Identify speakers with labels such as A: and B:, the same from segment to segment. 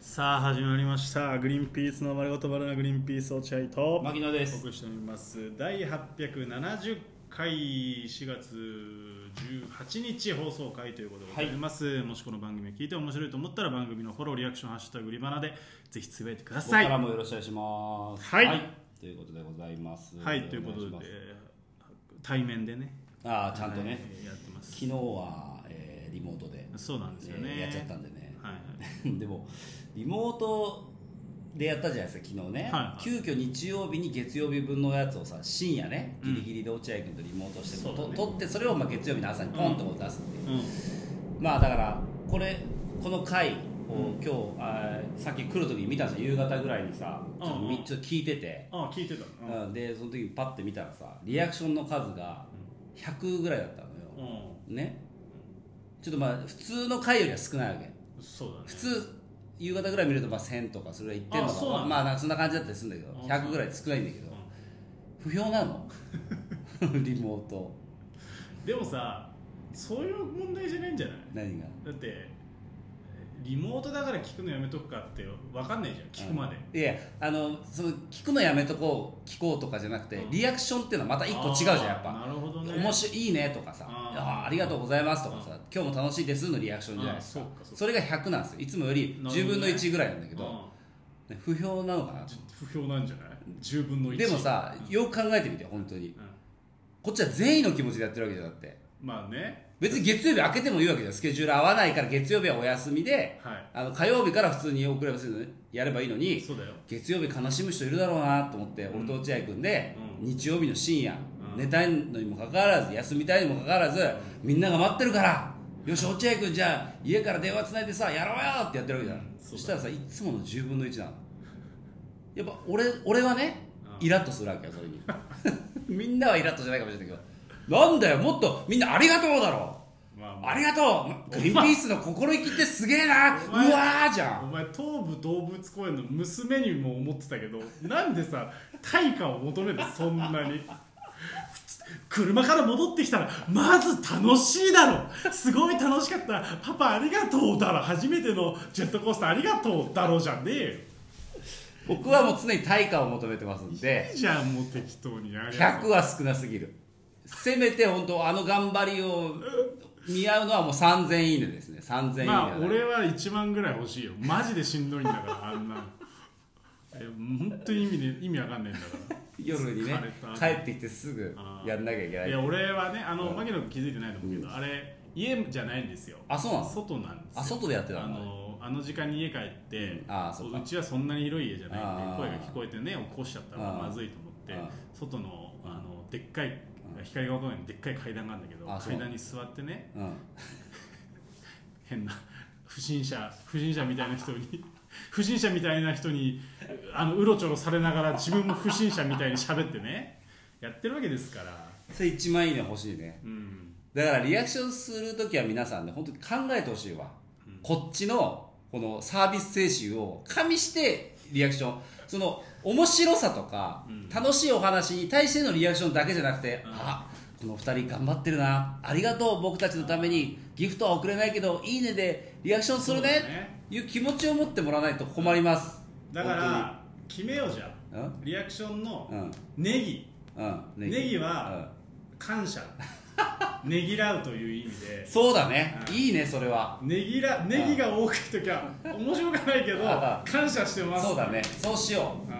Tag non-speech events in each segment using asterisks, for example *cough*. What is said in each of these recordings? A: さあ始まりましたグリーンピースの丸ごとバナナグリーンピース落合と
B: 牧野で
A: お
B: す
A: 送りしております第870回4月18日放送回ということでございます、もしこの番組を聞いて面白いと思ったら番組のフォローリアクション「ハッシュタグリバナ」でぜひつぶやいてくだ
B: ここ
A: さい
B: から
A: は
B: もよろしくお願いします
A: はい
B: ということでございます
A: いということ
B: お
A: で
B: 願します
A: 対面でね
B: ああちゃんとね、
A: はいやってます
B: 昨日は、えーリモートで
A: そうなんですよね、
B: えーやっちゃったんでね *laughs*
A: はいはい
B: でもリモートでやったじゃないですか昨日ね、
A: はいはい
B: 急遽日曜日に月曜日分のやつをさ深夜ねギリギリで落合君とリモートして、
A: そうだね
B: と撮ってそれをまあ月曜日の朝にポンとこう出すっていう、
A: うん
B: まあだからこれこの回を今日、あーさっき来る時に見たんですよ夕方ぐらいにさちょっと
A: うんうん
B: みちょっと聞いてて、
A: ああ聞いてたうん
B: うんでその時パッて見たらさリアクションの数が100ぐらいだったのよ、
A: う
B: ねちょっとまあ普通の回よりは少ないわけ
A: んそうだね
B: 普通夕方ぐらい見るとまあ1000とかそれは言ってんの
A: あそうな
B: か
A: んだ
B: まあなんかそんな感じだったりするんだけど
A: あ
B: 100ぐらい少ないんだけど
A: うん
B: 不評な
A: *laughs*
B: のリモート
A: でもさそういう問題じゃないんじゃない
B: 何が
A: だってえーリモートだから聞くのやめとくかって分かんないじゃん聞くまで、
B: いやあのその聞くのやめとこう聞こうとかじゃなくて
A: うん
B: リアクションっていうのはまた一個違うじゃんやっぱ
A: あーなるほどね
B: 面白いいいねとかさ
A: あ
B: あ
A: ー
B: あありがとうございますとかさ今日も楽しいですのリアクションじゃないですか
A: あーそうかそうか
B: それが100なんですよいつもよ
A: な
B: り
A: るほどね
B: 10分の1ぐらいなんだけど、
A: うん
B: ね不評なのかな
A: ちょっと不評なんじゃない10分の1
B: でもさ
A: うん
B: よく考えてみて本当に
A: うん
B: こっちは善意の気持ちでやってるわけじゃなくて
A: まあね
B: 別に月曜日開けてもいいわけじゃんスケジュール合わないから月曜日はお休みで
A: はい
B: あの火曜日から普通に送ればいいのにやればいいのに
A: そうだよ
B: 月曜日悲しむ人いるだろうなと思って、俺と落合君で、
A: うん
B: 日曜日の深夜、
A: うん
B: 寝たいのにもかかわらず休みたいにもかかわらず、みんなが待ってるからよし落合君じゃあ家から電話つないでさやろうよってやってるわけじゃん、
A: うんそうだ
B: そしたらさいつもの10分の1なのやっぱ俺俺はねイラッとするわけよそれに *laughs* みんなはイラッとじゃないかもしれないけどなんだよもっとみんなありがとうだろ
A: まあまあ
B: ありがとうグリーンピースの心意気ってすげえなう
A: お
B: わ
A: 前
B: ーじゃん
A: お前東武動物公園の娘にも思ってたけどなんでさ対価を求めてそんなに車から戻ってきたらまず楽しいだろすごい楽しかったパパありがとうだろ初めてのジェットコースターありがとうだろじゃねえよ
B: 僕はもう常に対価を求めてますんで
A: いいじゃんもう適当にやるやつ
B: 100は少なすぎるせめて本当あの頑張りを見合うのはもう3000いいねですね3000いいね
A: まあ
B: だね
A: 俺は1万ぐらい欲しいよマジでしんどいんだからあんなのえ本当に意味,、ね、意味わかんないんだから
B: 夜にね
A: 疲れ
B: 帰
A: た
B: ってきてすぐやんなきゃいけない
A: いや俺はねあの
B: うん
A: 牧野君気づいてないと思うけど、あれ家じゃないんですよ
B: あそうなんです
A: 外なんですよ
B: あ外でやってた
A: あ
B: んだ
A: のあの時間に家帰って、
B: うんあーそっか
A: うちはそんなに広い家じゃないん
B: あ
A: で
B: ー
A: 声が聞こえてね起こしちゃったら
B: あー
A: まずいと思って
B: あ
A: 外の
B: うん
A: あのでっかい光が公園にでっかい階段があるんだけど
B: あそう
A: 階段に座ってね
B: うん
A: 変な不審者不審者みたいな人に *laughs* 不審者みたいな人にあのうろちょろされながら自分も不審者みたいに喋ってねやってるわけですから
B: それ1万いいね欲しいね
A: うん
B: だからリアクションする時は皆さんね本当に考えてほしいわ、
A: うん
B: こっちのこのサービス精神を加味してリアクションその面白さとか、
A: うん
B: 楽しいお話に対してのリアクションだけじゃなくて、
A: うん
B: あこの2人頑張ってるなありがとう僕たちのためにギフトは送れないけど「いいね」でリアクションするね
A: そうだね
B: いう気持ちを持ってもらわないと困ります
A: だから決めようじゃん
B: 本
A: リアクションの
B: 当にうん
A: ネギ
B: うんうん
A: ネギは感謝 *laughs* ねぎらうという意味
B: うん
A: で
B: そうだね、
A: うん
B: いいねそれは
A: ねぎらネギが多い時は面白くないけど
B: あ
A: 感謝してます
B: そうだねそうしよう
A: うん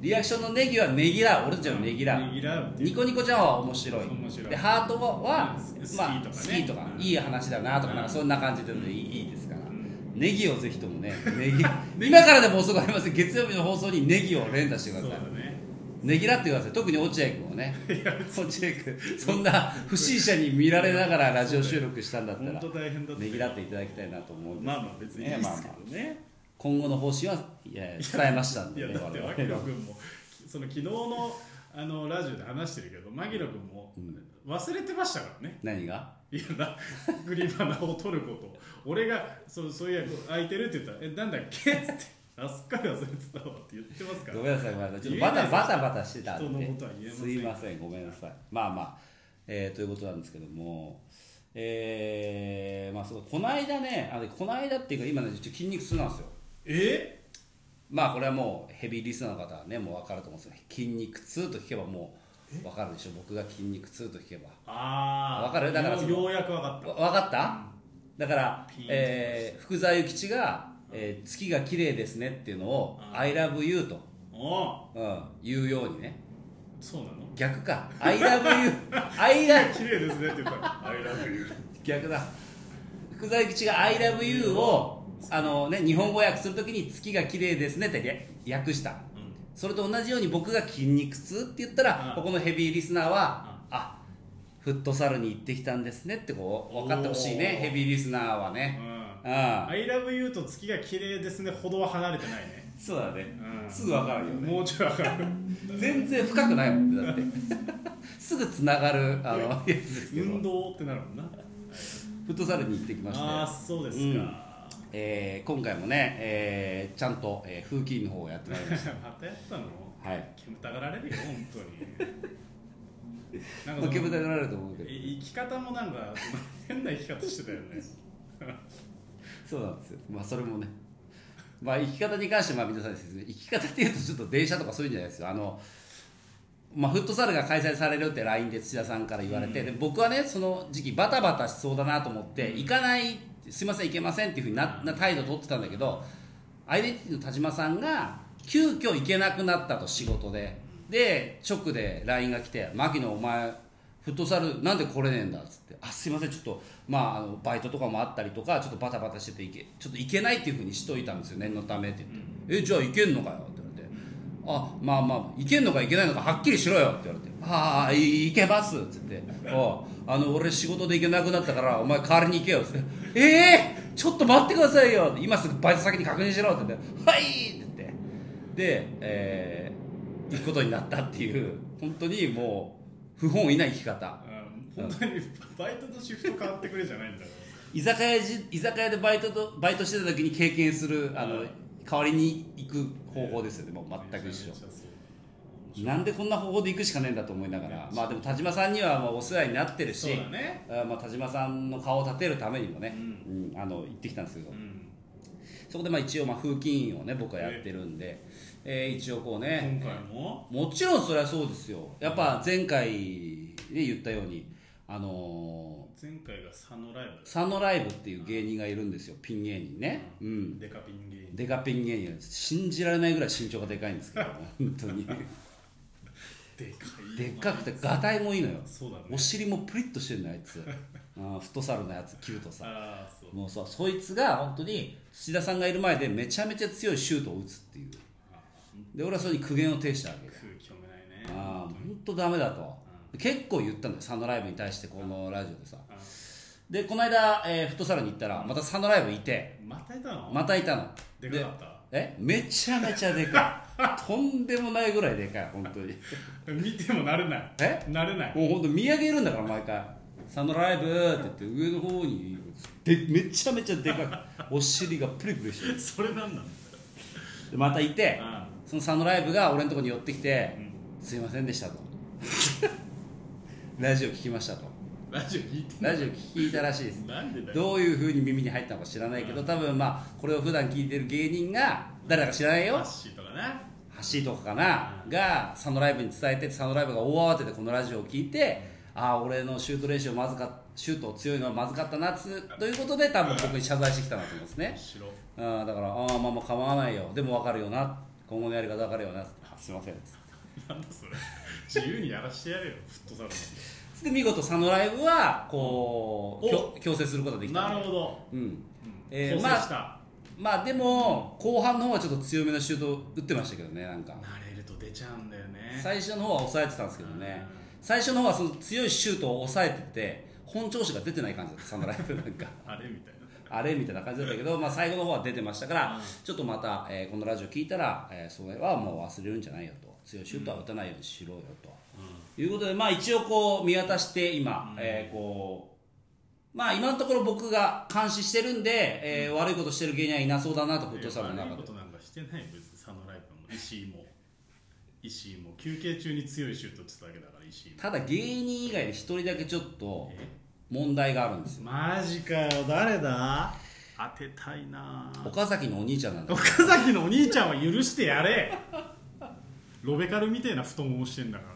B: リアクションのネギはネギラ俺たちのネギラ
A: ねぎらうっていう
B: ニコニコちゃんは面白い
A: 面白い
B: でハートはは、
A: うん
B: まあ、
A: 好きとかね
B: 好きとか、
A: うん
B: いい話だなとか
A: うん
B: なんかそんな感じでいい,、いいですから、
A: ん
B: ネギをぜひと
A: *laughs*
B: もねネギ今からでも遅くありません月曜日の放送にネギを連打してくだ
A: そう
B: さい
A: だね
B: ネギラってください特に落合君をね落合君そんな不審者に見られながらラジオ収録したんだった
A: 本
B: ら
A: 当大変だった
B: ネギラっていただきたいなと思うんです、
A: まあまあ別にいいですけどね
B: 今後の方針はいや伝えましたん
A: い
B: で
A: や
B: ね
A: だって
B: 我々は
A: 牧野君もその昨日のあのラジオで話してるけど牧野君も忘れてましたからね
B: 何が
A: いやなグリバナを取ること俺がそうそういや空いてるって言ったら「えなんだっけ?」っつって「あすっかり忘れてたわ」って言ってますか
B: ご
A: ら
B: めんなさいごめんなさいちょっとバタ
A: 言えない
B: バタバタしてたんで
A: 人のことは言えますせん
B: いませんごめんなさいまあまあ、えーということなんですけどもえーまあそうこの間ねあのこの間っていうか今ねちょっと筋肉痛なんですよ
A: え
B: まあこれはもうヘビーリスナーの方はねもう分かると思うんですけど筋肉痛と聞けばもう分かるでしょ僕が筋肉痛と聞けば
A: ああ
B: わかるだからその
A: ようやくわかった
B: わ分かっただから
A: ピーン、と
B: えー福沢諭吉が、えー月が綺麗ですね」っていうのを
A: う
B: 「
A: ん
B: ILOVEYOU」と、
A: おう
B: うん、言うようにね
A: そうなの
B: 逆か「ILOVEYOU」「ILOVEYOU
A: 綺麗ですねって言った
B: *laughs*
A: ら「I love you」」
B: 逆だ福沢諭吉が「ILOVEYOU」をあの、ね、日本語訳するときに「月が綺麗ですね」って略訳した
A: うん
B: それと同じように僕が筋肉痛って言ったら、
A: う
B: こ
A: ん
B: このヘビーリスナーは、あフットサルに行ってきたんですねってこう分かってほしいね
A: おー
B: ヘビーリスナーはね、
A: うん「
B: ああ
A: I love you」と月が綺麗ですねほどは離れてないね
B: そうだね、
A: うん
B: すぐ分かるよね
A: もうちょいわかる
B: 全然深くないもんねだって *laughs* すぐつながるあのやつですけど
A: 運
B: フ
A: 動ってなるもんな
B: ットサルに行ってきまして
A: ああそうです *laughs* か、
B: えー今回もね、えーちゃんと、えー風紀委員の方をやってまいりまし
A: またやったの
B: た *laughs* はい
A: 煙たがられるよ本当に
B: *laughs*
A: なん
B: まあ
A: か
B: 煙
A: そ
B: た
A: の
B: がられると思うけど
A: 生き方もなんかその変な生き方してたよね
B: そうなんですよまあそれもねまあ生き方に関してはまあ皆さんに説明生き方っていうとちょっと電車とかそういうんじゃないですよあのまあ、フットサルが開催されるって LINE で土田さんから言われて、で僕はねその時期バタバタしそうだなと思って、行かないすいません行けませんっていうふうになな態度を取ってたんだけどアイデンティティの田島さんが急遽行けなくなったと仕事でで直で LINE が来て「牧野お前フットサルなんで来れねえんだ」っつって「あすいませんちょっとまああのバイトとかもあったりとかちょっとバタバタしてて行けちょっと行けないっていうふうにしといたんですよ念のためって言って「えじゃあ行けんのかよ」って言われてあまあまあいけんのかいけないのかはっきりしろよって言われて「ああいいけます」っつって「おうあの俺仕事で行けなくなったからお前代わりに行けよ」っつって「ええちょっと待ってくださいよ」今すぐバイト先に確認しろ」って言って「はい」って言ってで、えー行くことになったっていう本当にもう不本意な生き方
A: うん本当にバイトとシフト変わってくれじゃないんだから
B: 居酒屋じ居酒屋でバイトとバイトしてた時に経験するあの
A: うん
B: 代わりに行く方法ですよねもう全
A: め
B: く一緒
A: ちゃめちゃそう
B: なんでこんな方法で行くしかねえんだと思いながら、まあでも田島さんにはまあお世話になってるし、
A: そうだね
B: あまあ田島さんの顔を立てるためにもね、
A: う
B: うんあの行ってきたんですけど
A: う、ん
B: そこでまあ一応まあ風紀委員をね僕はやってるんで、えー一応こうね、
A: 今回も
B: もちろんそれはそうですよ。やっぱ前回ね言ったように、あの
A: 前回が佐野ライ
B: ー、サノライブっていう芸人がいるんですよ、ピン芸人ね。う
A: ブ
B: ん
A: でデカピン芸人
B: デカピン芸人信じられないぐらい身長がでかいんですけど本当
A: *laughs*
B: に
A: でかいよな
B: でっかくてガタイもいいのよ
A: そうだね
B: お尻もプリッとしてるのあいつ *laughs* うんフットサルのやつ着るとさ
A: ああそう
B: もうさそいつが本当に土田さんがいる前でめちゃめちゃ強いシュートを打つっていう
A: あ
B: で俺はそれに苦言を呈したわけで
A: 空気読めないね
B: ああ本当ダメだと結構言ったんだよサンドライブに対してこのラジオでさでこの間、えーフットサルに行ったらまたサンドライブいて
A: またいたの
B: またいたの
A: でかかった
B: えめちゃめちゃでかいとんでもないぐらいでかい本当に
A: 見てもなれない
B: え
A: なれない
B: もう本当見上げるんだから毎回「サンドライブ」って言って上の方にでめちゃめちゃでかいお尻がプリプリしてる
A: それなんなんだ
B: でまたいて
A: あ
B: そのサンドライブが俺のとこに寄ってきて
A: うん
B: 「すいませんでした」と「ラジオ聞きました」と
A: ラジオ聞いて
B: 「ラジオ聞いたらしいです」
A: なんでだよ
B: どういうふうに耳に入ったのか知らないけど多分まあこれを普段聞いてる芸人が誰だか知らない
A: マ
B: よ
A: ッシーとかな
B: ハッシーとかかながサノライブに伝えてサノライブが大慌てでこのラジオを聞いてああ俺のシュート練習まずかっシュート強いのはまずかったなつということで多分僕に謝罪してきたんだと思うんですね
A: 白
B: あだからああまあまあ構わないよでも分かるよな今後のやり方分かるよなあすいませんつって
A: なんだそれ自由にやらしてやれよフットサル
B: つって見事サノライブはこう
A: お
B: 強強制することができた
A: なるほど
B: うん
A: うん
B: えー
A: 構成した
B: まあでも後半の方はちょっと強めのシュート打ってましたけどねなんか
A: 慣れると出ちゃうんだよね
B: 最初の方は抑えてたんですけどね最初の方はその強いシュートを抑えてて本調子が出てない感じだったサンドライブなんか
A: あれみたいな
B: あれみたいな感じだったけど、まあ、最後の方は出てましたから、
A: うん
B: ちょっとまた、えーこのラジオ聞いたら、えーそれはもう忘れるんじゃないよと強いシュートは打たないようにしろよと、いうことで、まあ、一応こう見渡して今、
A: うん
B: えーこうまあ今のところ僕が監視してるんで、えー悪いことしてる芸人はいなそうだなとフットサルの
A: いや悪
B: 中
A: いこ
B: で
A: となんかしてない別にサノライブも石井も石井も休憩中に強いシュート打ってただけだから石井も
B: ただ芸人以外で一人だけちょっと
A: え
B: 問題があるんですよ
A: マジかよ誰だ当てたいなぁ
B: 岡崎のお兄ちゃんなんだ
A: 岡崎のお兄ちゃんは許してやれロベカルみてえな布団をしてんだから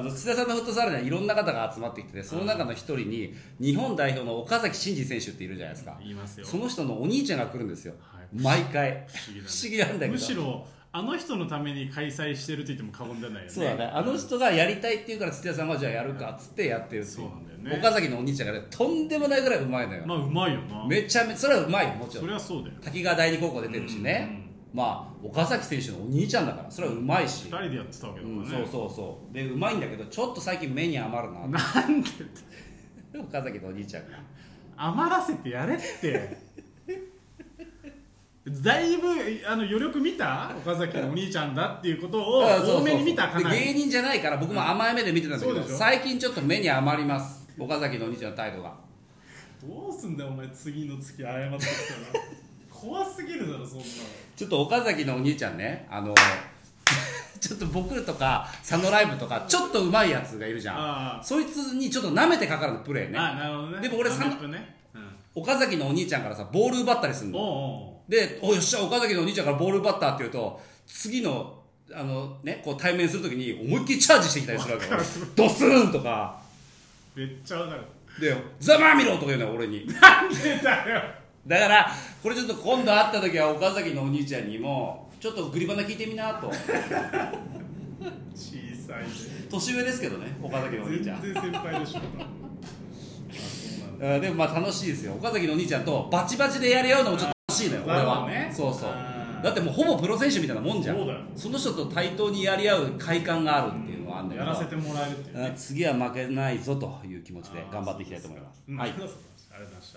B: あの土田さんのフットサルにはいろんな方が集まってきててその中の一人に日本代表の岡崎慎司選手っているじゃないですか
A: 言いますよ
B: その人のお兄ちゃんが来るんですよ、
A: はい
B: 毎回
A: 不思議だね
B: 不思議なんだけど
A: むしろあの人のために開催してると言っても過言じゃないよね
B: そうだねあの人がやりたいっていうから土屋さんはじゃあやるかっつってやってるってい
A: そうなんだよね
B: 岡崎のお兄ちゃんがねとんでもないぐらいうまいのよ、
A: まあうまいよな
B: めちゃめちゃそれはうまいよもちろ
A: そ
B: ん
A: りゃそうだよ
B: 滝川第二高校出てるしね、まあ岡崎選手のお兄ちゃんだからそれはうまいし、
A: 2人でやってたわけだ
B: う
A: からね、
B: ん、そうそうそうでうまいんだけどちょっと最近目に余るな
A: なんでって
B: *laughs* 岡崎のお兄ちゃんが
A: 余らせてやれってだいぶあの余力見た岡崎のお兄ちゃんだっていうことを
B: あそうそうそう
A: 多めに見たかな
B: で
A: り
B: 芸人じゃないから僕も甘い目で見てたんだけど、
A: うんそうでしょ
B: 最近ちょっと目に余ります岡崎のお兄ちゃんの態度が
A: どうすんだよお前次の月謝ってきたら *laughs* 怖すぎるだろそんなの
B: ちょっと岡崎のお兄ちゃんねあの *laughs* ちょっと僕とか佐野ライブとかちょっとうまいやつがいるじゃ
A: ああ
B: んそいつにちょっと舐めてかかるのプレーね
A: あなるほどね
B: でも俺
A: サ
B: さん
A: ップね、うん、
B: 岡崎のお兄ちゃんからさボール奪ったりするの
A: おうお
B: で、およっしゃ、岡崎のお兄ちゃんからボールバッターって言うと、次の、あのね、こう対面するときに思いっきりチャージしてきたりするわけよ
A: わかる。
B: ドスーンとか、
A: うめっちゃわかる
B: で、ざまあみろとか言うのよ、俺に。
A: なんでだよ
B: だから、これちょっと今度会ったときは岡崎のお兄ちゃんにも、ちょっとグリバナ聞いてみなと。
A: 小さい
B: 年上ですけどね、岡崎のお兄
A: *laughs* 全
B: ちゃ
A: 然
B: ん。
A: 先輩でしょ
B: うんでもまあ楽しいですよ。岡崎のお兄ちゃんとバチバチでやり合うのもちょっと楽しいのよ、俺
A: なるほ
B: は。
A: どね
B: そうそう
A: あ。ー
B: だってもうほぼプロ選手みたいなもんじゃん。
A: そうだよ
B: その人と対等にやり合う快感があるっていうのはあるんだけ
A: や
B: ど。
A: らせてもらえるっていう
B: あ次は負けないぞという気持ちで頑張っていきたいと思います。
A: うん
B: はい
A: ありがとうございました